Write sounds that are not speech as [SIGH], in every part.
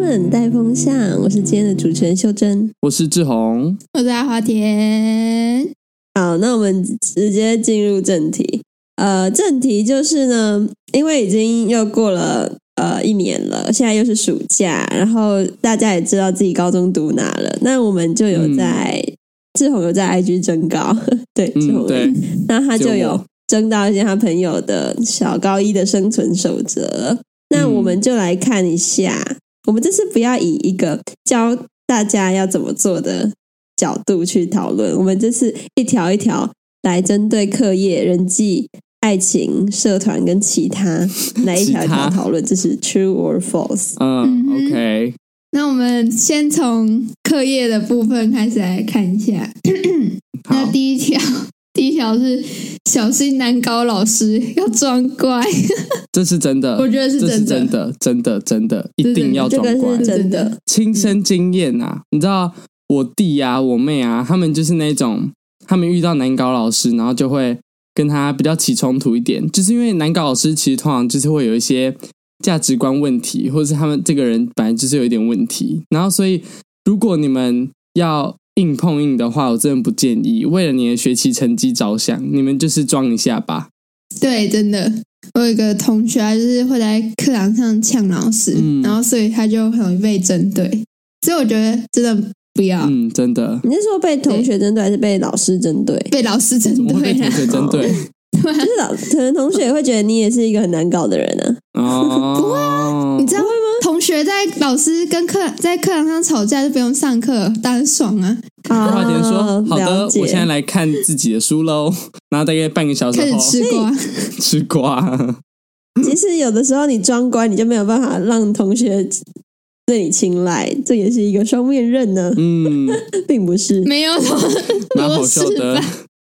冷带风向，我是今天的主持人秀珍。我是志宏，我是阿华田。好，那我们直接进入正题。呃，正题就是呢，因为已经又过了呃一年了，现在又是暑假，然后大家也知道自己高中读哪了，那我们就嗯有在、志宏有在 IG 征稿， [LAUGHS] 对，志宏嗯，有对，那他就就有我征到一些他朋友的小高一的生存守则。那嗯我们就来看一下，我们这次不要以一个教大家要怎么做的角度去讨论，我们这次一条一条来针对课业、人际、爱情、社团跟其 [LAUGHS] 他来一条一其他条讨论，这是 true or false。嗯嗯哼，OK，那我们先从课业的部分开始来看一下。那好，第一条， [LAUGHS] 第一条是小心南高老师 [LAUGHS] 要装乖， [LAUGHS] 这是真的，我觉得是这是真真的。的，真的，真的，一这是真的定要这装个乖是，真真的的，亲身嗯经验啊，你知道我弟啊、我妹啊，他们就是那种，他们遇到南高老师，然后就会跟他比较起冲突一点，就是因为南高老师其实通常就是会有一些价值观问题，或者是他们这个人本来就是有一点问题，然后所以如果你们要硬碰硬的话，我真的不建议，为了你的学习成绩着想，你们就是装一下吧。对，真的。我有一个同学，他就是会在课堂上呛老师，嗯然后所以他就很容易被针对。所以我觉得真的不要嗯，真的，你是说被同学针对还是被老师针 [LAUGHS] 对？被老师针怎么会对被啊同啦。学针对？就是老可能同学也会觉得你也是一个很难搞的人啊。哦，不会啊你知道 [LAUGHS] 同学在老师跟课在课堂上吵架就不用上课，当然爽啊！啊花田说：“好的，了解我现在来看自己的书喽。” [LAUGHS] 然后大概半个小时开始后吃瓜，哦吃瓜， [LAUGHS] 其实有的时候你装乖，你就没有办法让同学对你青睐，这也是一个双面刃呢， [LAUGHS] 嗯，并不是。 [LAUGHS] 没有什么 [LAUGHS] 蛮好多笑 [LAUGHS] 事的吧。。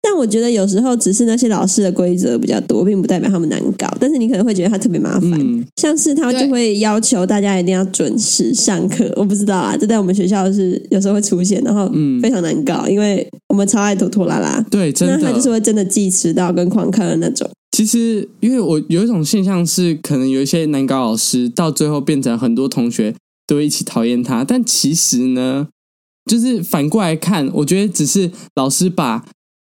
但我觉得有时候只是那些老师的规则比较多，并不代表他们难搞。但是你可能会觉得他特别麻烦，嗯，像是他就对会要求大家一定要准时上课。我不知道啊，这在我们学校是有时候会出现，然后嗯非常难搞，因为我们超爱拖拖拉拉。对，那真他的就是。会真的记迟到跟旷课的那种。其实，因为我有一种现象是，可能有一些男高老师到最后变成很多同学都会一起讨厌他，但其实呢，就是反过来看，我觉得只是老师把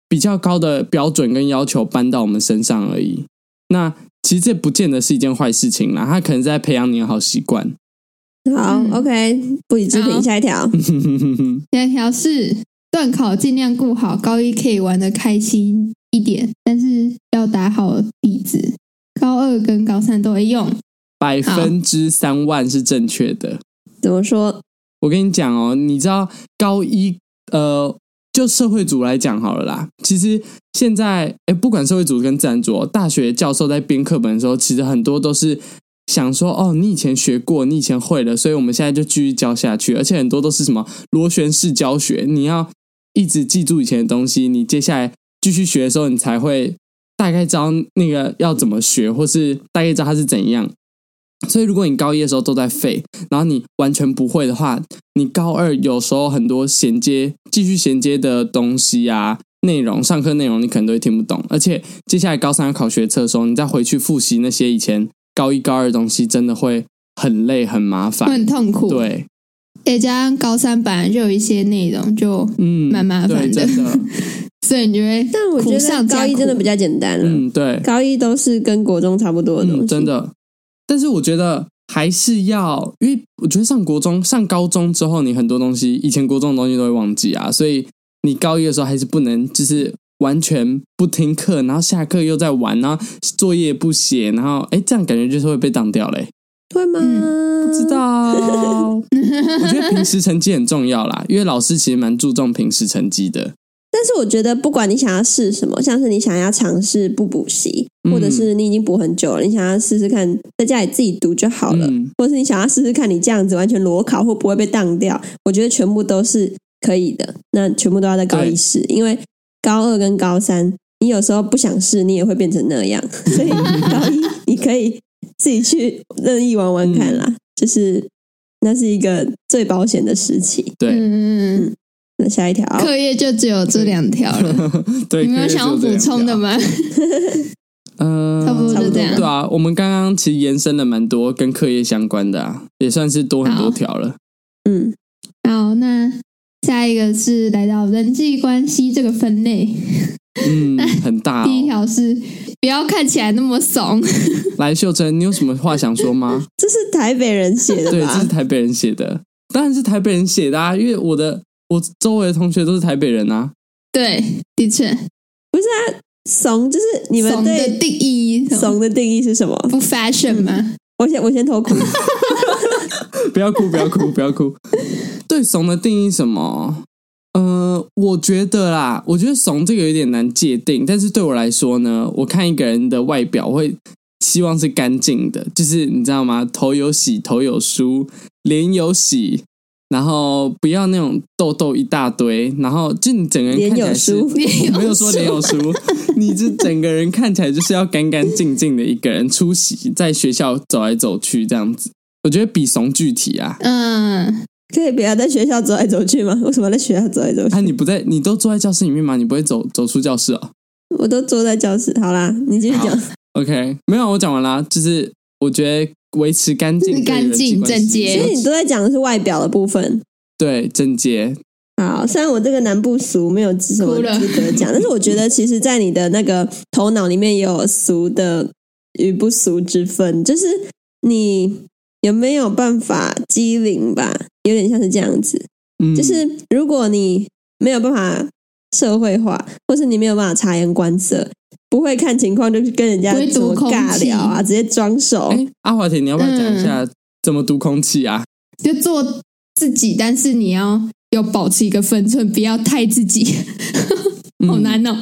比较高的标准跟要求搬到我们身上而已。那其实这不见得是一件坏事情啦，他可能在培养你的好习惯。好、嗯 o k 不予置评，好下一条。嗯 [LAUGHS] 下一条是段考尽量顾好，高一可以玩的开心一点，但是要打好底子。高二跟高三都会用，百分之三万是正确的。怎么说？我跟你讲哦，你知道高一呃，就社会组来讲好了啦。其实现在哎，不管社会组跟自然组哦，大学教授在编课本的时候，其实很多都是想说哦，你以前学过，你以前会了，所以我们现在就继续教下去。而且很多都是什么螺旋式教学，你要一直记住以前的东西，你接下来继续学的时候，你才会大概知道那个要怎么学，或是大概知道它是怎样。所以，如果你高一的时候都在废，然后你完全不会的话，你高二有时候很多衔接、继续衔接的东西啊，内容、上课内容你可能都会听不懂。而且接下来高三要考学测的时候，你再回去复习那些以前高一、高二的东西，真的会很累、很麻会烦。很痛苦。，对，再加上高三本来就有一些内容，就嗯，蛮麻烦对的真的，所以你就会但我觉苦得上加高一苦真的比较简单了、啊嗯，对，高一都是跟国中差不多的东西，嗯，真。的。但是我觉得还是要，因为我觉得上国中、上高中之后，你很多东西，以前国中的东西都会忘记啊，所以你高一的时候还是不能就是完全不听课，然后下课又在玩，然后作业不写，然后哎，这样感觉就是会被挡掉 [LAUGHS] 嘞。会吗？嗯不知。道，我觉得平时成绩很重要啦，因为老师其实蛮注重平时成绩的。但是我觉得，不管你想要试什么，像是你想要尝试不补习，嗯或者是你已经补很久了，你想要试试看在家里自己读就好了，嗯或是你想要试试看你这样子完全裸考会不会被当掉，我觉得全部都是可以的。那全部都要在高一对试，因为高二跟高三，你有时候不想试，你也会变成那 [LAUGHS] 样。所以高一你可以自己去任意玩玩看啦，就是那是一个最保险的时期。对，嗯，嗯那下一条，嗯课业就只有这两条了。对，嗯 [LAUGHS] 你们有可以想要就这补样充的聊？吗？嗯，差不多差就这对样。啊，我们刚刚其实延伸了蛮多跟课业相关的啊，也算是多很多好条 [LAUGHS] 了。嗯，好，那下一个是来到人际关系这个分类，嗯，很大、第一哦。条是不要看起来那么怂， [LAUGHS] 来，秀珍，你有什么话想说吗？这是台北人写啊的对，这吧是？台北人写的，当然是台北人写的啊，因为我的我周围的同学都是台北人啊。对，的确，怂就是你们怂的对定义什么怂的定义是什么？不 fashion 吗？我先我先偷 [LAUGHS] 哭，不要哭，不要哭，不要哭。对怂的定义是什么？呃，我觉得啦，我觉得怂这个有点难界定，但是对我来说呢，我看一个人的外表我会希望是干净的，就是你知道吗？头有洗，头有梳，脸有洗，然后不要那种痘痘一大堆，然后就你整个人脸看起来有是书，我 [LAUGHS] 没有说脸有书，你这整个人看起来就是要干干净净的一个人出席在学校走来走去这样子，我觉得比怂具体啊。嗯，可以不要在学校走来走去吗？ [LAUGHS] 为什么在学校走来走去啊，？你不在，你都坐在教室里面吗？你不会走走出教室哦我都坐在教室。好啦，你继续讲。 ？OK，没有，我讲完啦。就是我觉得维持干净、干对人净际关整系洁所以你都在讲的是外表的部分。对整洁，好，虽然我这个南部俗没有什么哭了资格 [LAUGHS] 讲，但是我觉得其实，在你的那个头脑里面也有俗的与不俗之分，就是你有没有办法机灵吧，有点像是这样子。嗯，就是如果你没有办法社会化，或是你没有办法察言观色，不会看情况就去跟人家不会怎读么空尬气聊啊，直接装熟。哎，阿华田，你要不要讲一嗯下怎么读空气啊？就做自己，但是你要有保持一个分寸，不要太自己，嗯好难哦。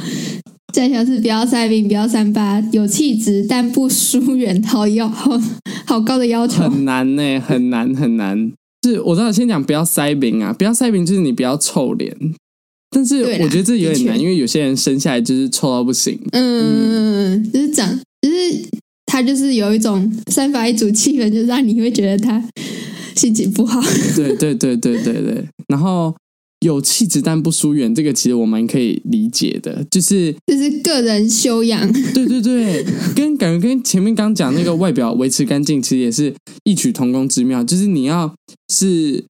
再一条是不要塞饼，不要三八，有气质但不疏远，好要 [LAUGHS] 好好高的要求。很难呢、 [LAUGHS] 很难很难。是我知道，先讲不要塞饼啊，不要塞饼就是你不要臭脸，但是对啦我觉得这有点的难，确因为有些人生下来就是臭到不行。嗯，就是长，就是他就是有一种散发一组气氛，就是让你会觉得他心情不好。 [LAUGHS] 对对对对对对。然后有气质但不疏远，这个其实我蛮可以理解的，就是就是个人修养，对对对，跟感觉跟前面刚讲那个外表维持干净，其实也是异曲同工之妙，就是你要是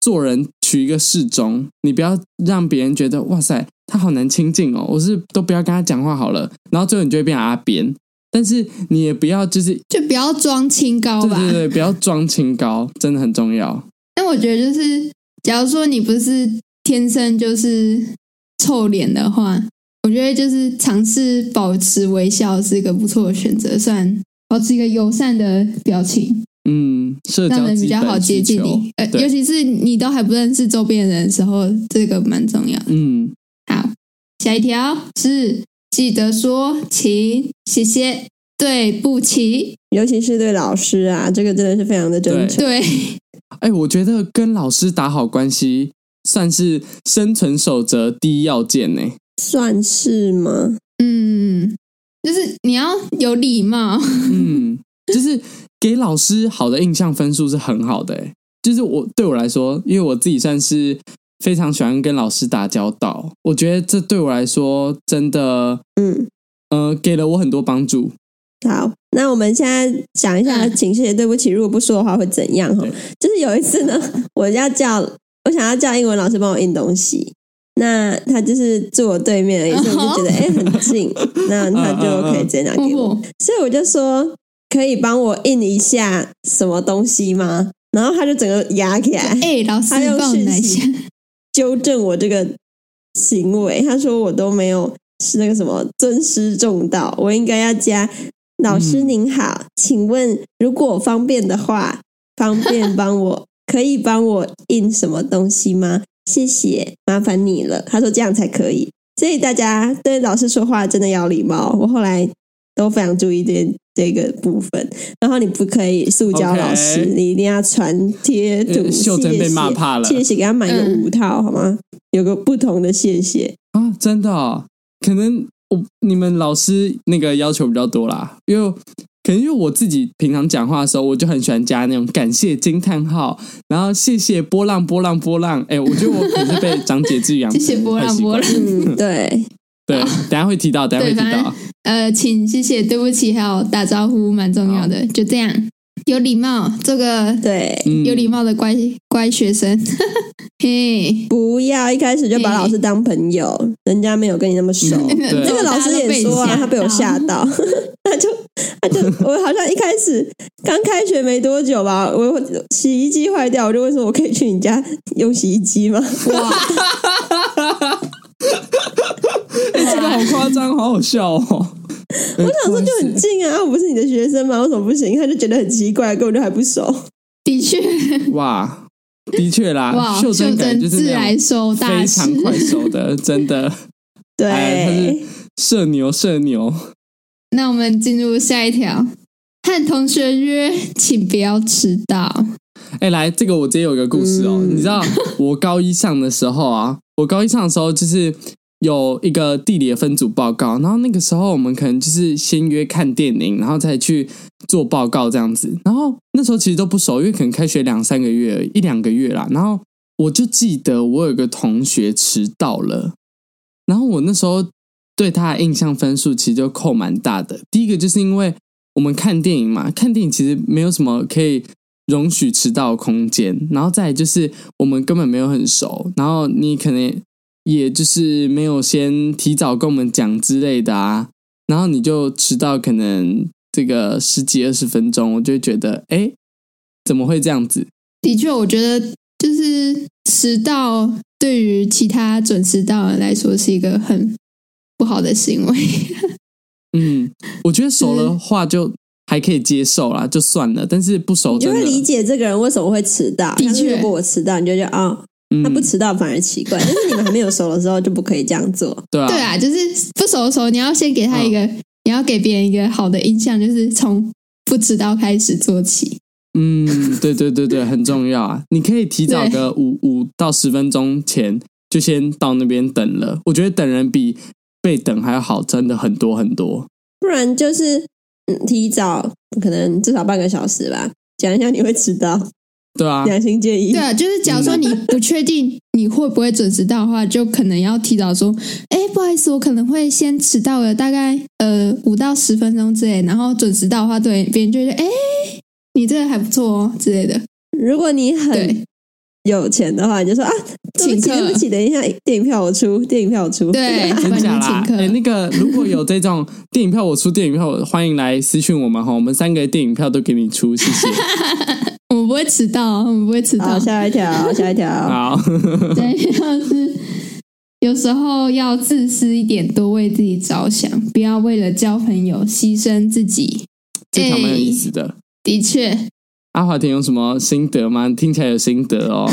做人取一个适中，你不要让别人觉得哇塞，他好难亲近哦，我是都不要跟他讲话好了，然后最后你就会变阿扁。但是你也不要就是就不要装清高对吧。对对，不要装清高，真的很重要。但我觉得就是，假如说你不是天生就是臭脸的话，我觉得就是尝试保持微笑是一个不错的选择，算保持一个友善的表情，嗯，社让交人基比较本好接需近求你。呃，对尤其是你都还不认识周边人的时候，这个蛮重要的。嗯，好，下一条是记得说请、谢谢、对不起，尤其是对老师啊，这个真的是非常的真诚。对，哎、我觉得跟老师打好关系算是生存守则第一要件呢、算是吗？嗯，就是你要有礼貌。嗯，就是给老师好的印象分数是很好的、欸。就是我对我来说，因为我自己算是非常喜欢跟老师打交道，我觉得这对我来说真的，嗯，呃，给了我很多帮助。好，那我们现在讲一下，嗯请谢谢对不起，如果不说的话会怎样？哈对，就是有一次呢， [LAUGHS] 我要叫我想要叫英文老师帮我印东西。那他就是坐我对面而已，所以我 [LAUGHS] 就觉得哎、很近，那他嗯就可以直接拿给我。哦所以我就说，可以帮我印一下什么东西吗？然后他就整个压起来，哎、老师，他你用帮我讯拿 [LAUGHS] 一息下。纠正我这个行为。他说我都没有是那个什么尊师重道，我应该要加老师嗯您好，请问如果方便的话，方便帮我可以帮我印什么东西吗？谢谢，麻烦你了。他说这样才可以，所以大家对老师说话真的要礼貌。我后来都非常注意这这个部分，然后你不可以塑胶 OK 老师你一定要传贴图。呃秀珍被骂怕嗯了嗯谢谢谢谢给他买个五套、好吗？有个不同的谢谢，啊，真的哦、可能我你们老师那个要求比较多啦，因为可能因为我自己平常讲话的时候，我就很喜欢加那种感谢惊叹号，然后谢谢波浪波浪波浪，哎、我觉得我可能是被长姐志扬谢谢波浪波浪坏习惯 [LAUGHS] 嗯，对，对，等一下会提到，等一下会啊对提反正到。呃，请谢谢，对不起，还有打招呼蛮重要哦的，就这样，有礼貌，做个对，嗯，有礼貌的乖乖学生。 [LAUGHS] 嘿，不要一开始就把嗯老师当朋友，人家没有跟你那么熟。嗯对 [LAUGHS] 那个老师也说啊，他被我吓到， [LAUGHS] 他就他就 [LAUGHS] 我好像一开始刚开学没多久吧，我洗衣机坏掉，我就问说我可以去你家用洗衣机吗？ [LAUGHS] 哇，哎、这个好夸张，好好笑 [LAUGHS] 哦。我我想 [LAUGHS] 说就很近啊，我不是你的学生吗？为什么不行？他就觉得很奇怪，根本就还不熟。的确，哇，的确啦，哇，啊秀秀珍感珍觉就是自那来种熟大非师常，快手的，真的对，哎他是社牛社牛。那我们进入下一条，和同学约，请不要迟到。哎、来，这个我直接有一个故事哦。嗯你知道我高一上的时候啊，我高一上的时候就是有一个地理的分组报告，然后那个时候我们可能就是先约看电影，然后再去做报告这样子。然后那时候其实都不熟，因为可能开学两三个月而已，一两个月啦。然后我就记得我有个同学迟到了，然后我那时候对他的印象分数其实就扣蛮大的。第一个就是因为我们看电影嘛，看电影其实没有什么可以容许迟到的空间，然后再来就是我们根本没有很熟，然后你可能也就是没有先提早跟我们讲之类的啊，然后你就迟到可能这个十几二十分钟，我就会觉得哎，诶怎么会这样子？的确，我觉得就是迟到对于其他准迟到人来说是一个很不好的行为。嗯，我觉得熟了话就还可以接受啦，就算了，但是不熟你就真会的，理解这个人为什么会迟到。的但是确如果我迟到，你就觉得啊、哦嗯他不迟到反而奇怪。但是你们还没有熟的时候，就不可以这样做。 [LAUGHS] 对啊，对啊，就是不熟的时候，你要先给他一个，你要给别人一个好的印象，就是从不迟到开始做起。嗯，对对对对，很重要啊！你可以提早个五五到十分钟前就先到那边等了，我觉得等人比被等还要好，真的很多很多。不然就是、嗯、提早，可能至少半个小时吧，讲一下你会迟到，对啊，良心建议。对啊，就是假如说你不确定你会不会准时到的话，就可能要提早说，哎，不好意思，我可能会先迟到了大概呃五到十分钟之类，然后准时到的话，对别人就会觉得，哎，你这个还不错哦之类的。如果你很对有钱的话，你就说啊，对不请起，客对不起，等一下，电影票我出，电影票我出。 [LAUGHS] 对，真欢假迎啦请？客。哎、那个如果有这 [LAUGHS] 种电影票，我出电影票，我欢迎来私讯我们哈，我们三个电影票都给你出，谢 [LAUGHS] 谢。我们不会迟到啊，我们不会迟到好，。下一条，下一条。好，对，就是有时候要自私一点，多为自己着想，不要为了交朋友牺牲自己。这条蛮有意思的。的确，阿华田有什么心得吗？听起来有心得哦。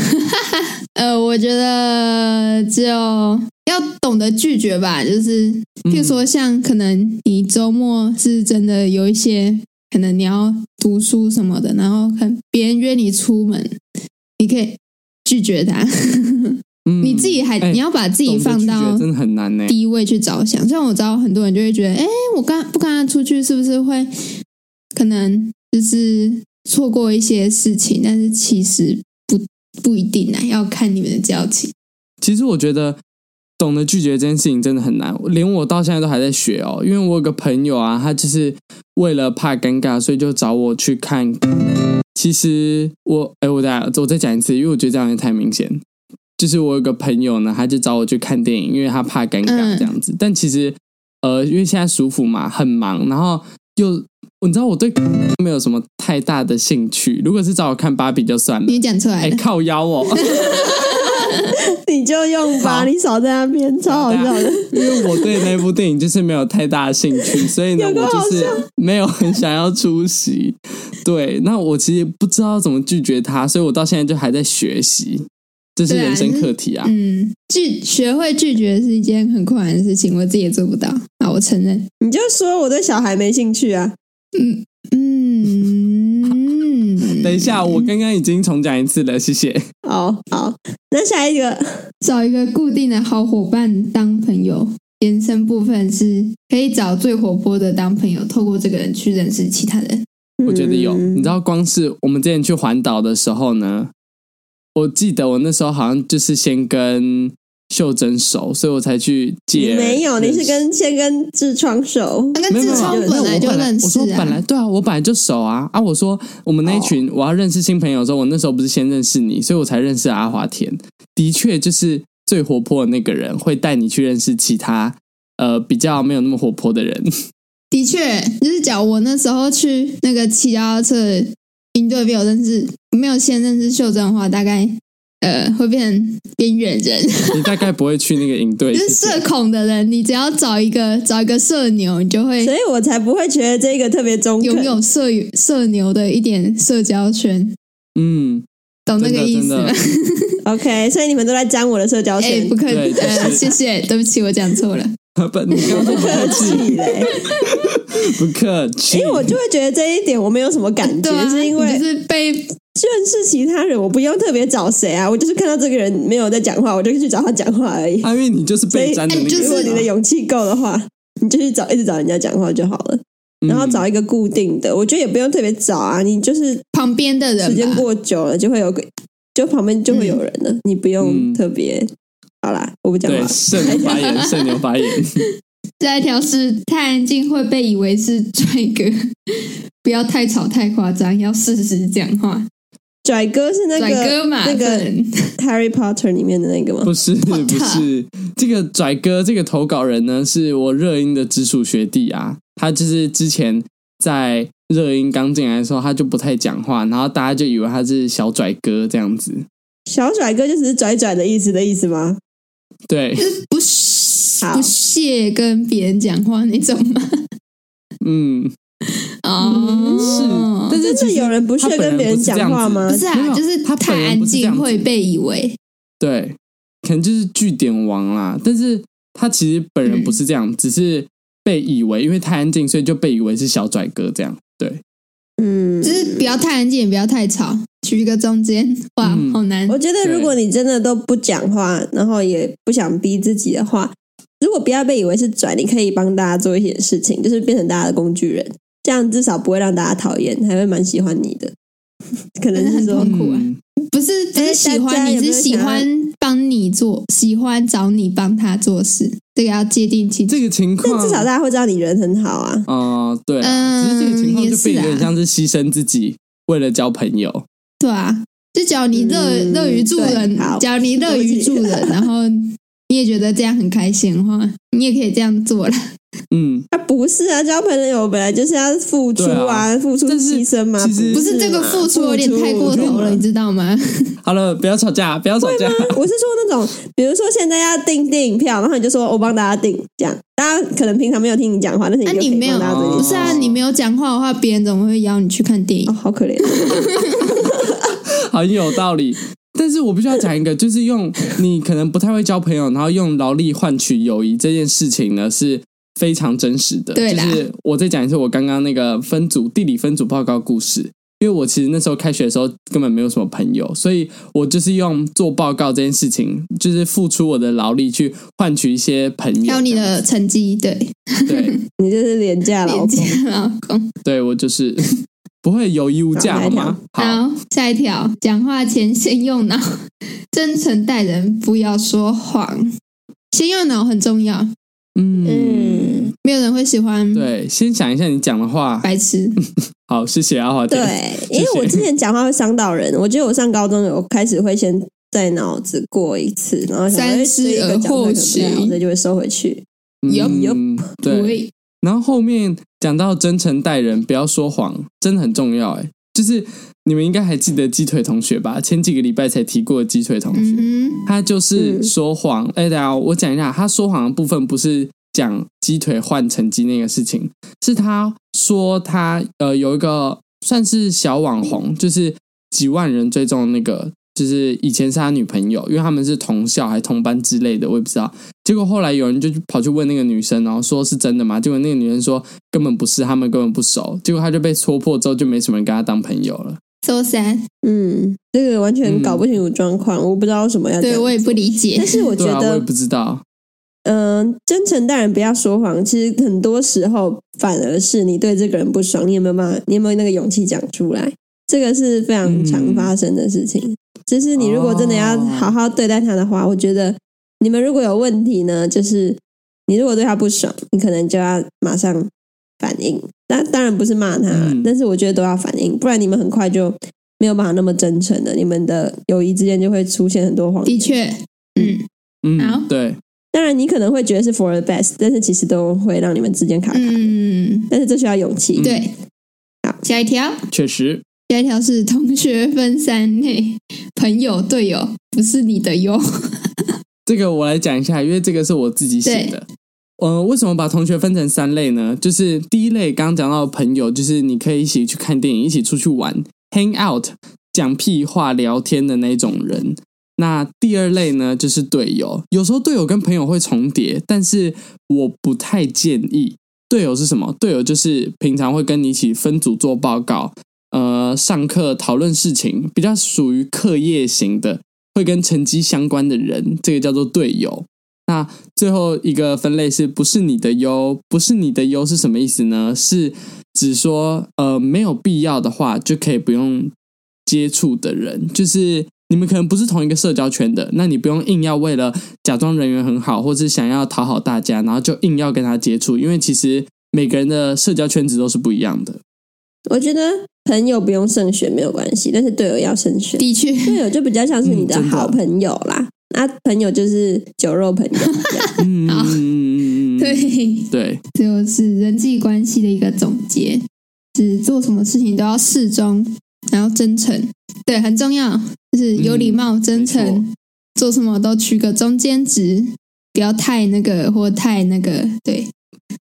呃，我觉得就要懂得拒绝吧，就是 [LAUGHS] 嗯譬如说，像可能你周末是真的有一些，可能你要读书什么的，然后可能别人约你出门，你可以拒绝他，嗯你自己还、哎你要把自己懂得放拒绝到真的很难呢、第一位去着想。虽然我知道很多人就会觉得，哎、我刚不跟他出去是不是会可能就是错过一些事情？但是其实不不一定啊，要看你们的交情。其实我觉得懂得拒绝这件事情真的很难，连我到现在都还在学哦。因为我有个朋友啊，他就是为了怕尴尬，所以就找我去看。其实我，哎，我再我再讲一次，因为我觉得这样也太明显。就是我有个朋友呢，他就找我去看电影，因为他怕尴尬嗯这样子。但其实，呃，因为现在暑伏嘛，很忙，然后又你知道我对没有什么太大的兴趣。如果是找我看芭比就算了你，讲出来哎，了，靠腰哦。你就用好吧，你少在那边，超好笑的。 [LAUGHS] 因为我对那部电影就是没有太大的兴趣，所以呢，有我够好就是没有很想要出席。对，那我其实不知道怎么拒绝他，所以我到现在就还在学习，这是对啊人生课题啊。嗯，拒学会拒绝是一件很困难的事情，我自己也做不到啊，我承认。你就说我对小孩没兴趣啊，嗯 [LAUGHS] 嗯，等一下，我刚刚已经重讲一次了，谢谢。哦，好，那下一个，找一个固定的好伙伴当朋友。延伸部分是可以找最活泼的当朋友，透过这个人去认识其他人。我觉得有，嗯你知道，光是我们之前去环岛的时候呢，我记得我那时候好像就是先跟袖珍熟，所以我才去借。没有，你是跟先跟痔疮熟，那没跟有没有痔没疮有，本来就我本来认我识说啊哦本，来对啊，我本来就熟啊啊！我说我们那一群我要认识新朋友的时候，我那时候不是先认识你，所以我才认识阿华田。的确，就是最活泼的那个人会带你去认识其他呃比较没有那么活泼的人。 [LAUGHS] 的确就是讲我那时候去那个骑脚踏车营队，没有认识，没有先认识秀珍的话，大概呃会变成边缘人，你大概不会去那个营队， [LAUGHS] 就是谢谢社恐的人，你只要找一个找一个社牛，你就哎会所以我才不会觉得这个特别中拥肯。有社社牛的一点社交圈，嗯，懂那真个的意真思吗的？， OK，所以你们都在沾我的社交哎、圈，不客对气，就是呃，谢谢，对不起，我讲错了。不，你刚刚说不客气， [LAUGHS] 气 [LAUGHS] 嘞。不客气。 [LAUGHS] 因为我就会觉得这一点我没有什么感觉，对啊，是因你为就是被认识其他人，我不用特别找谁啊，我就是看到这个人没有在讲话，我就去找他讲话而已。啊，因为你就是被粘的那个所以哎如果就你是的人啊，勇气够的话，你就去找一直找人家讲话就好了，然后找嗯一个固定的，我觉得也不用特别找啊，你就是旁边的人 [LAUGHS] 吧时间过久了就会有个，就旁边就会有人了，你不用嗯特别。好啦，我不讲对了。圣牛发言，圣牛发言。下一条是太安静会被以为是拽哥， [LAUGHS] 不要太吵太夸张，要适时讲话。拽哥是那拽个哥嘛，那个笨 Harry Potter 里面的那个吗？不 [LAUGHS] 是 What the- 不是，这个拽哥这个投稿人呢，是我热音的直属学弟啊。他就是之前在热音刚进来的时候，他就不太讲话，然后大家就以为他是小拽哥这样子。小拽哥就只是拽拽的意思的意思吗？ [LAUGHS] 对，不屑好不屑跟别人讲话那种吗？嗯，哦哦是，，但真是其的实有人不屑他本跟别人不是这讲话样子吗不是没啊，有就是他本太人安不是这样静子会被以为对，可能就是据点王啦。但是他其实本嗯人不是这样，只是被以为因为太安静，所以就被以为是小拽哥这样。对，嗯，就是不要太安静，也不要太吵，取一个中间。哇，嗯好难我。觉得如果你真的都不讲话，然后也不想逼自己的话，如果不要被以为是拽，你可以帮大家做一些事情，就是变成大家的工具人，这样至少不会让大家讨厌，还会蛮喜欢你的。 [LAUGHS] 可能是说很，痛苦嗯啊不是，不哎是喜大欢家你有没是有喜想要欢帮你做，喜欢找你帮他做事，这个要界定清楚。这个情况但至少大家会知道你人很好啊。哦、对啊，嗯只是这个情况也就变得是啊有点像是牺牲自己为了交朋友。对啊，就只要你乐嗯乐于助人对好，只要你乐于助对不人，然后你也觉得这样很开心的话，你也可以这样做了。嗯，啊，不是啊，交朋友本来就是要付出对啊，啊付出但是牺牲嘛，啊其实不是这个付出有点太过头了，你知道 [LAUGHS] 吗？好了，不要吵架，不要吵架。我是说那种，比如说现在要订电影票，然后你就说我帮大家订，这样大家可能平常没有听你讲话，但是那你啊你就可没以有，帮大家做哦这不件事。是啊，你没有讲话的话，别人怎么会邀你去看电哦，影？好可怜， [LAUGHS] [LAUGHS] 很有道理。但是我必须要讲一个，就是用你可能不太会交朋友，然后用劳力换取友谊这件事情呢，是非常真实的。对就啦是我再讲一次我刚刚那个分组地理分组报告故事，因为我其实那时候开学的时候根本没有什么朋友，所以我就是用做报告这件事情，就是付出我的劳力去换取一些朋友。还有你的成绩，对， [LAUGHS] 对，你就是廉价老公廉洁。老公。对我就是 [LAUGHS] 不会有义无价，好好吗？好，好，哦下一条，讲话前先用脑， [LAUGHS] 真诚待人，不要说谎。先用脑很重要，嗯，嗯，没有人会喜欢对，先想一下你讲的话。白痴。好，谢谢阿华田。对，谢因为我之前讲话会伤到人，我觉得我上高中有开始会先在脑子过一次，然后想三哎思这一个而讲话可后能不太好，行所以就会收回去。Yup 嗯， [LAUGHS] 对。对，然后后面讲到真诚待人，不要说谎，真的很重要。哎，就是你们应该还记得鸡腿同学吧？前几个礼拜才提过的鸡腿同学，嗯哼。他就是嗯说谎。哎、等一下我讲一下，他说谎的部分不是讲鸡腿换成绩那个事情，是他说他呃有一个算是小网红，就是几万人追踪的那个，就是以前是他女朋友，因为他们是同校还同班之类的，我也不知道。结果后来有人就去跑去问那个女生，然后说是真的吗？结果那个女生说根本不是，他们根本不熟。结果他就被戳破之后，就没什么人跟他当朋友了。周三，嗯，这个完全嗯搞不清楚状况，我不知道为什么要这对样我也不理解但。是我觉对啊，我也得不知道。嗯，真诚待人，不要说谎。其实很多时候反而是你对这个人不爽，你有没有办法？你有没有那个勇气讲出来？这个是非常常发生的事情。就是你如果真的要嗯哦好好对待他的话，我觉得你们如果有问题呢，就是你如果对他不爽，你可能就要马上反应。那当然不是骂他，嗯但是我觉得都要反应，不然你们很快就没有办法那么真诚的，你们的友谊之间就会出现很多谎的言。确，嗯好嗯，对，当然，你可能会觉得是 for the best，但是其实都会让你们之间卡卡。嗯，但是这需要勇气。对。好下一条，确实，下一条是同学分三 [LAUGHS] 类，朋友、队友不是你的哟。这个我来讲一下，因为这个是我自己写的。呃，为什么把同学分成三类呢？就是第一类，刚刚讲到的朋友，就是你可以一起去看电影，一起出去玩，hang out，讲屁话、聊天的那种人。那第二类呢，就是队友。有时候队友跟朋友会重叠，但是我不太建议。队友是什么？队友就是平常会跟你一起分组做报告，呃，上课讨论事情，比较属于课业型的，会跟成绩相关的人，这个叫做队友。那最后一个分类是不是你的优？不是你的优是什么意思呢？是指说呃没有必要的话就可以不用接触的人，就是你们可能不是同一个社交圈的，那你不用硬要为了假装人缘很好，或是想要讨好大家，然后就硬要跟他接触，因为其实每个人的社交圈子都是不一样的。我觉得朋友不用慎选没有关系，但是队友要慎选。的确，队友就比较像是你嗯的真的好朋友啦，那、朋友就是酒肉朋 [LAUGHS] 友。嗯好嗯嗯嗯嗯，嗯哦对，对，这就是人际关系的一个总结，只做什么事情都要适中，然后真诚，对，很重要，就是有礼貌、真没诚，做什么都取个中间值，不要太那个或太那个，对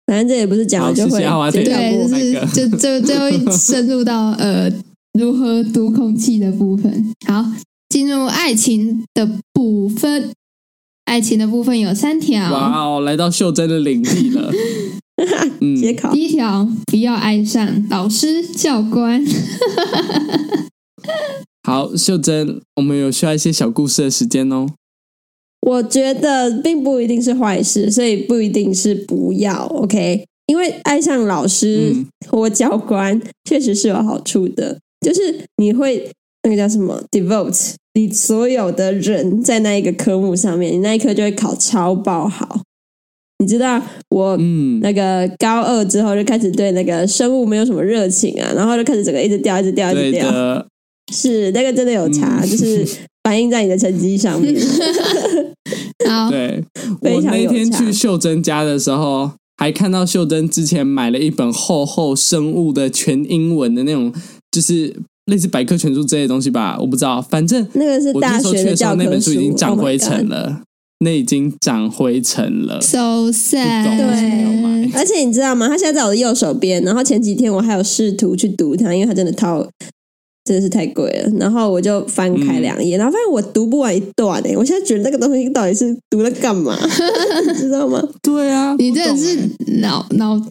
反正这也不是讲了好啊就谢会谢阿华就田跳要过不对，那个就是就就就会深入到呃如何读空气的部分。好，进入爱情的部分，爱情的部分有三条。哇哦，来到秀珍的领地 [LAUGHS] 了。嗯，接考。第一条，不要爱上老师、教官。好，秀珍，我们有需要一些小故事的时间哦。我觉得并不一定是坏事，所以不一定是不要 OK。因为爱上老师嗯或教官，确实是有好处的，就是你会那个叫什么 devote 你所有的人在那一个科目上面，你那一科就会考超爆好。你知道我嗯，那个高二之后就开始对那个生物没有什么热情啊，然后就开始整个一直掉，一直掉，一直对掉。的，是那个真的有差，嗯就是反映在你的成绩上 [LAUGHS] 面。好，对。哦非我常那有天差去秀珍家的时候，还看到秀珍之前买了一本厚厚生物的全英文的那种，就是类似百科全书之类的东西吧，我不知道，反正那个是我大那时候学去的的时教候，科那本书已经长 Oh my 灰尘 God 了，那已经长灰 [LAUGHS] 尘了。 So 不 sad，懂为什么要买而且你知道吗？它现在在我的右手边，然后前几天我还有试图去读它，因为它真的套真的是太贵了。然后我就翻开嗯两页，然后发现我读不完一段诶、我现在觉得那个东西到底是读了干嘛， [LAUGHS] 你知道吗？对啊，你不真的懂欸是脑脑、啊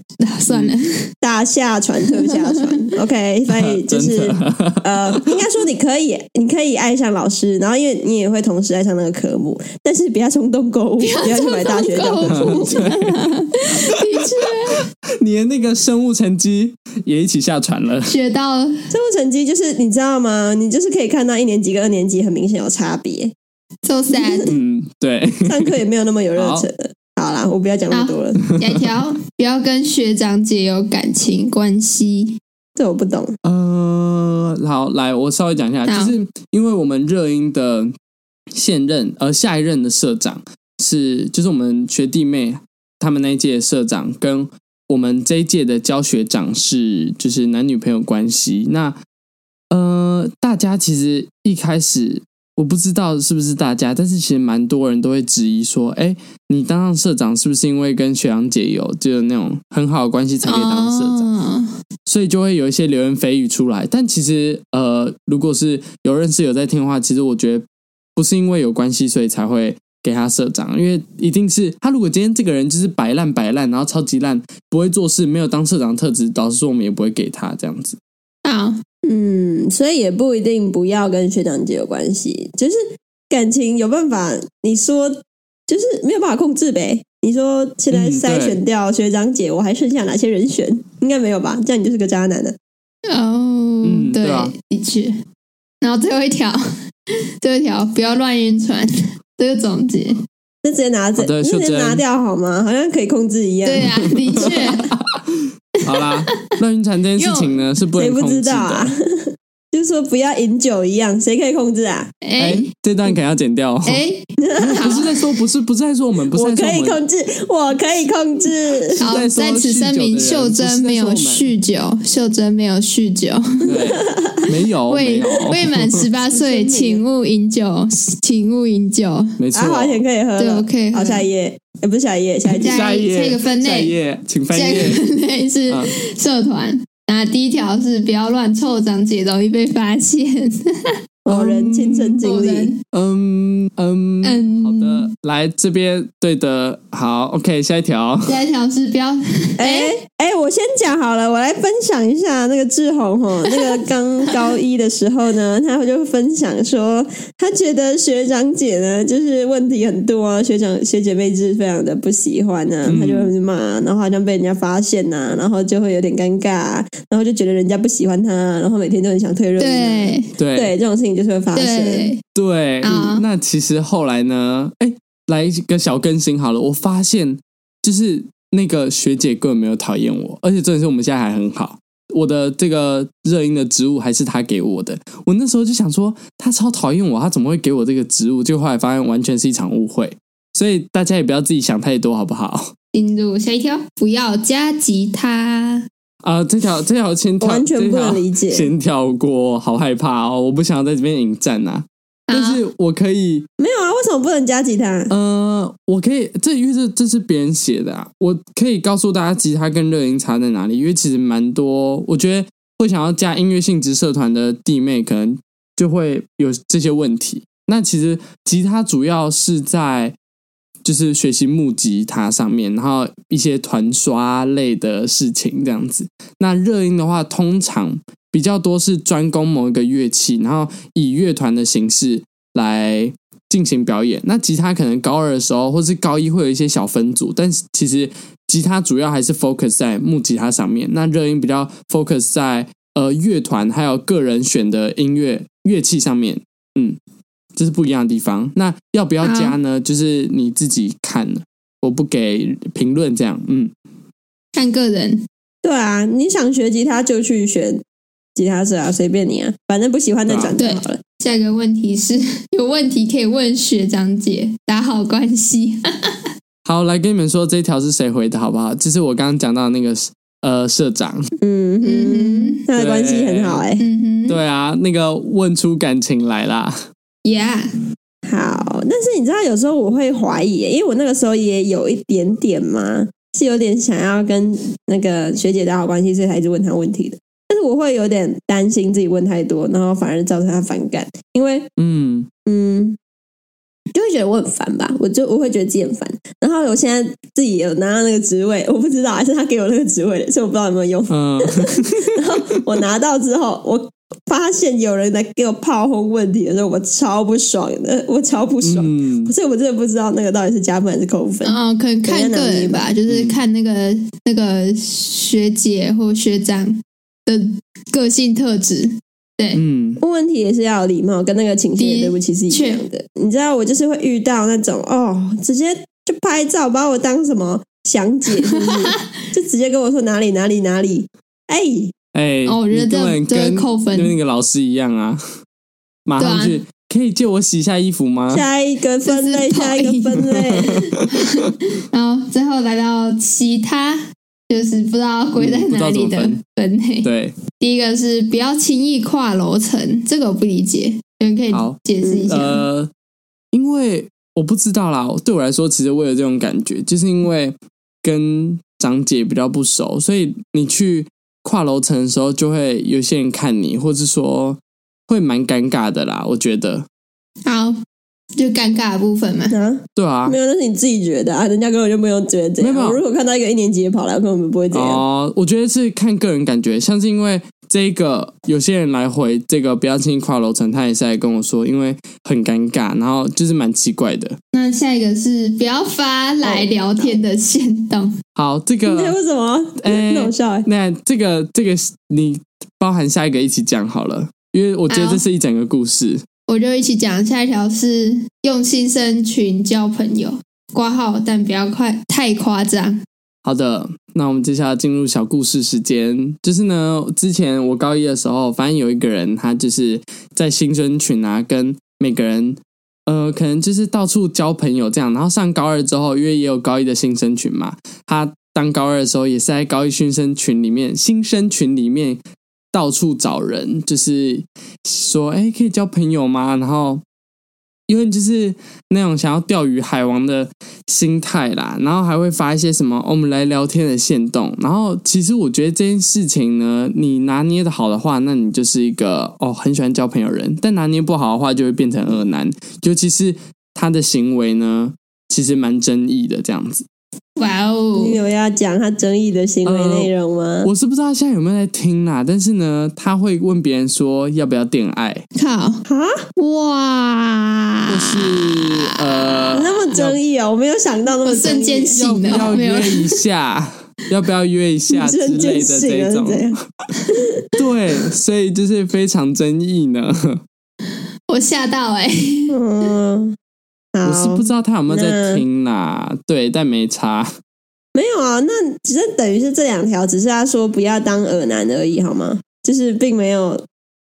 [LAUGHS] 算了，大下船特下船，OK，所以就真是的呃，应该说你可以，你可以爱上老师，然后因为你也会同时爱上那个科目，但是不要冲动购物，不要去买大学教科书。的确，你的那个生物成绩也一起下船了。学到生物成绩就是你知道吗？你就是可以看到一年级跟二年级很明显有差 [LAUGHS] 别， So sad。嗯，对， [LAUGHS] 上课也没有那么有热忱了。好啦，我不要讲那么多了，下一条，不要跟学长姐有感情关系。这我不懂。呃，好，来，我稍微讲一下，好就是因为我们热音的现任，呃，下一任的社长是，就是我们学弟妹他们那一届的社长，跟我们这一届的教学长是，就是男女朋友关系。那呃，大家其实一开始我不知道是不是大家，但是其实蛮多人都会质疑说，哎，你当上社长是不是因为跟学长姐有就是那种很好的关系才可以当社长？哦，所以就会有一些流言蜚语出来。但其实，呃，如果是有认识有在听的话，其实我觉得不是因为有关系，所以才会给他社长，因为一定是他如果今天这个人就是摆烂摆烂，然后超级烂，不会做事，没有当社长的特质，老实说我们也不会给他 [LAUGHS] 这样子。好，嗯，所以也不一定不要跟学长姐有关系，就是感情有办法，你说就是没有办法控制呗。你说现在嗯筛选掉学长姐，我还剩下哪些人选？应该没有吧？这样你就是个渣男了。哦，嗯对对啊，的确。 [LAUGHS] 然后最后一条，最后一条，不要乱晕船。这个总结，就直接拿着，好的就直哦秀接珍拿掉好吗？好像可以控制一样。对啊，的确，好啦，乱晕船这件事情呢是不谁能不控制知的。道啊？ [LAUGHS] 就说不要饮酒一样，谁可以控制啊？哎、哎这段可能要剪掉、哦。哎， [LAUGHS] 不是在说，不是不是在说我们，不是我在说可以我们。控制，我可以控制。哦好，在说在此声明，酗酒的人秀珍没有不是在说酗酒，秀珍没有酗酒，对，没哦有没未有，未满十 [LAUGHS] 八岁，请勿饮酒，请勿饮酒。 [LAUGHS] 没错啊，。好险可以喝了。对我可以喝好，下一页，哎，不是下一页，下一页。下一页，下一个分类下一页，请翻 [LAUGHS] 下一页。个类是嗯社团，那第一条是不要乱凑长姐，容易被发现。某人亲身 [LAUGHS] 经某历，人嗯嗯嗯好的，来这边对的，好，OK，下一 [LAUGHS] 条。下一条是不要，哎哎，我先讲好了，我来分享一下那个志宏 [LAUGHS] 吼，那个刚高一的时候呢，他就分享说，他觉得学长姐呢就是问题很多啊，学长学姐妹制非常的不喜欢啊，嗯他就会骂，然后好像被人家发现呐、然后就会有点尴尬、啊然后就觉得人家不喜欢他，啊然后每天都很想退热、啊，对对对，这种事情就是会发生。对，对、啊那其实后来呢，哎，来一个小更新好了。我发现就是那个学姐根本没有讨厌我，而且真的是我们现在还很好。我的这个热音的职务还是她给我的。我那时候就想说，她超讨厌我，她怎么会给我这个职务？结果后来发现完全是一场误会。所以大家也不要自己想太多，好不好？进入下一条，不要加吉他。啊、这条这条先我跳，完全不这条能理解，先跳过，好害怕哦！我不想要在这边迎战呐、但好，是我可以没有啊？为什么不能加吉他？呃，我可以，这因为这这是别人写的啊，我可以告诉大家吉他跟热音差在哪里，因为其实蛮多，我觉得会想要加音乐性质社团的弟妹，可能就会有这些问题。那其实吉他主要是在就是学习木吉他上面，然后一些团刷类的事情这样子。那热音的话，通常比较多是专攻某一个乐器，然后以乐团的形式来进行表演。那吉他可能高二的时候，或是高一会有一些小分组，但是其实吉他主要还是 focus 在木吉他上面。那热音比较 focus 在呃乐团还有个人选的音乐乐器上面，嗯，这是不一样的地方。那要不要加呢？就是你自己看了，我不给评论这样，嗯。看个人，对啊，你想学吉他就去学吉他社啊，随便你啊，反正不喜欢再转就好了。下一个问题是 [LAUGHS] 有问题可以问学长姐，打好关系。好，来跟你们说这一条是谁回的，好不好？就是我刚刚讲到那个呃社长，嗯嗯哼，他的关系很好哎、嗯哼，对啊，那个问出感情来啦。 ，Yeah，好，但是你知道有时候我会怀疑、欸因为我那个时候也有一点点嘛，是有点想要跟那个学姐打好关系，所以才一直问她问题的。但是我会有点担心自己问太多，然后反而造成她反感，因为嗯，。嗯，就会觉得我很烦吧，我就我会觉得自己很烦。然后我现在自己有拿到那个职位， [LAUGHS] 我不知道还是他给我那个职位的，所以我不知道有没有用 [LAUGHS] [LAUGHS] 嗯，然后我拿到之后，我发现有人来给我炮轰问题的时候，我超不爽的，我超不爽。嗯，所以我真的不知道那个到底是加分还是扣分。然嗯后可能看个人吧，嗯就是看那个那个学姐或学长的个性特质。对，嗯，问问题也是要有礼貌，跟那个情绪也对不起是一样的。你知道，我就是会遇到那种哦，直接就拍照把我当什么详姐，是不 [LAUGHS] 是？就直接跟我说哪里哪里哪里，哎、哎、哦我你觉得这根样本这跟会扣分啊跟那个老师一样啊，马上去，可以借我洗一下衣服吗？下一个分类，这是下讨一厌个分 [LAUGHS] 类，然后最后来到其他，就是不知道归在嗯不知哪道怎里么的分分类。对，第一个是不要轻易跨楼层，这个我不理解，你们可以好解释一下。呃，因为我不知道啦，对我来说，其实我有这种感觉，就是因为跟长姐比较不熟，所以你去跨楼层的时候，就会有些人看你，或是说会蛮尴尬的啦。我觉得，好，就尴尬的部分嘛。啊，对啊没，有，那是你自己觉得啊，人家根本就没有觉得这样。没有没有我如果看到一个一年级的跑来，我根本不会这样。哦，我觉得是看个人感觉，像是因为这个有些人来回这个不要轻易跨楼层，他也是来跟我说，因为很尴尬，然后就是蛮奇怪的。那下一个是不要发哦来聊天的线动，好，这个 [LAUGHS] 你知道为什么？[LAUGHS] 哎很好笑哎、那这个这个你包含下一个一起讲好了，因为我觉得好这是一整个故事。我就一起讲。下一条是用新生群交朋友，挂号，但不要快太夸张。好的，那我们接下来进入小故事时间。就是呢，之前我高一的时候，反正有一个人，他就是在新生群啊，跟每个人，呃，可能就是到处交朋友这样。然后上高二之后，因为也有高一的新生群嘛，他当高二的时候也是在高一新生群里面，新生群里面到处找人，就是说，哎，可以交朋友吗？然后。因为就是那种想要钓鱼海王的心态啦，然后还会发一些什么、哦、我们来聊天的线动，然后其实我觉得这件事情呢，你拿捏的好的话，那你就是一个哦很喜欢交朋友人，但拿捏不好的话，就会变成恶男，尤其是他的行为呢，其实蛮争议的这样子。哇哦你，有要讲他争议的行为内容吗？嗯我是不知道他现在有没有在听啦，但是呢，他会问别人说要不要恋爱，靠，啊，哇！或是呃那么争议哦，我没有想到那么我瞬间争议要醒不了， [LAUGHS] 要没有约 [LAUGHS] 一下？要不要约一下之瞬类间的醒这了种是？怎啊 [LAUGHS] 样？对，所以就是非常争议呢。我吓到哎、欸，嗯，我是好不，知道他有没有在那听啦，对，但没差。没有啊，那只是等于是这两条，只是他说不要当耳男而已，好吗？就是并没有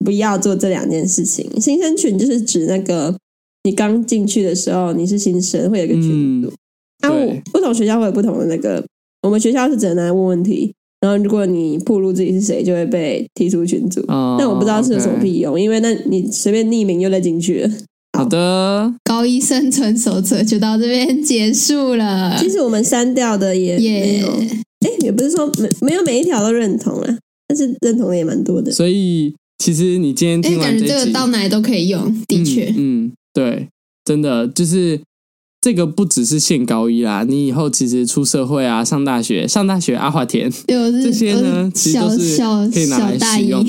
不要做这两件事情。新生群就是指那个你刚进去的时候，你是新生，会有一个群组。啊，我嗯对不同学校会有不同的那个，我们学校是只能来问问题，然后如果你暴露自己是谁，就会被踢出群组。哦，但我不知道是有什么 OK 屁用，因为那你随便匿名就能进去了。好的，高一生存手册就到这边结束了。 [LAUGHS] 其实我们删掉的 [LAUGHS] 也没耶有，哎、也不是说没没有每一条都认同啦，但是认同的也蛮多的。所以其实你今天因为听完哎感觉一这集个到哪里都可以用，的确，嗯，嗯对，真的就是这个不只是限高一啦，你以后其实出社会啊，上大学，上大学阿华田对，我是这些呢我其嗯是实都小是小可以拿来小大使一用，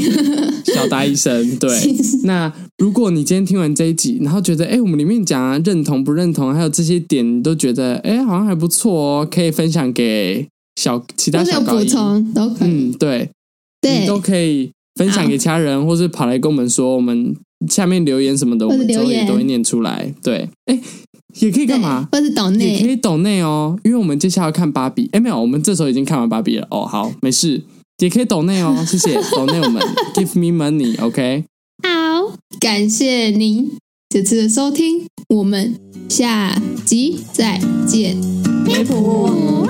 小大医生， [LAUGHS] 对，其实那如果你今天听完这一集，然后觉得哎，诶我们里面讲啊，认同不认同，还有这些点，你都觉得哎，诶好像还不错哦，可以分享给小其他都是有小高补一，充都可以，嗯，对，你对，都可以分享给其他人，或是跑来跟我们说，我们下面留言什么的，我或者们之后留言也都会念出来。对，哎，也可以对干嘛？或是岛也可内以抖内哦，因为我们接下来要看芭比。哎，没有，我们这时候已经看完芭比了。哦，好，没事，也可以抖内哦，谢谢抖内我 [LAUGHS] 们，Give me money，OK、好，感谢您这次的收听，我们下集再见，梅普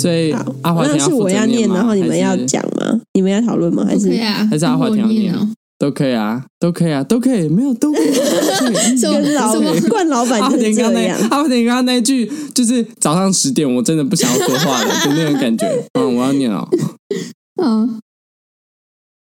所以好，阿华那田是负我责要念，吗然后你们要还是讲吗？你们要讨论吗？还是对啊，还是阿华我田要 [LAUGHS] 念哦，都可以啊，都可以啊，都可以，没有都可以。什么跟老什么 [LAUGHS] 冠老板阿华就田是啊刚这那样？阿华田刚刚那一句就是早上十点，我真的不想要说话了，就那种感觉。嗯，我要念哦。嗯，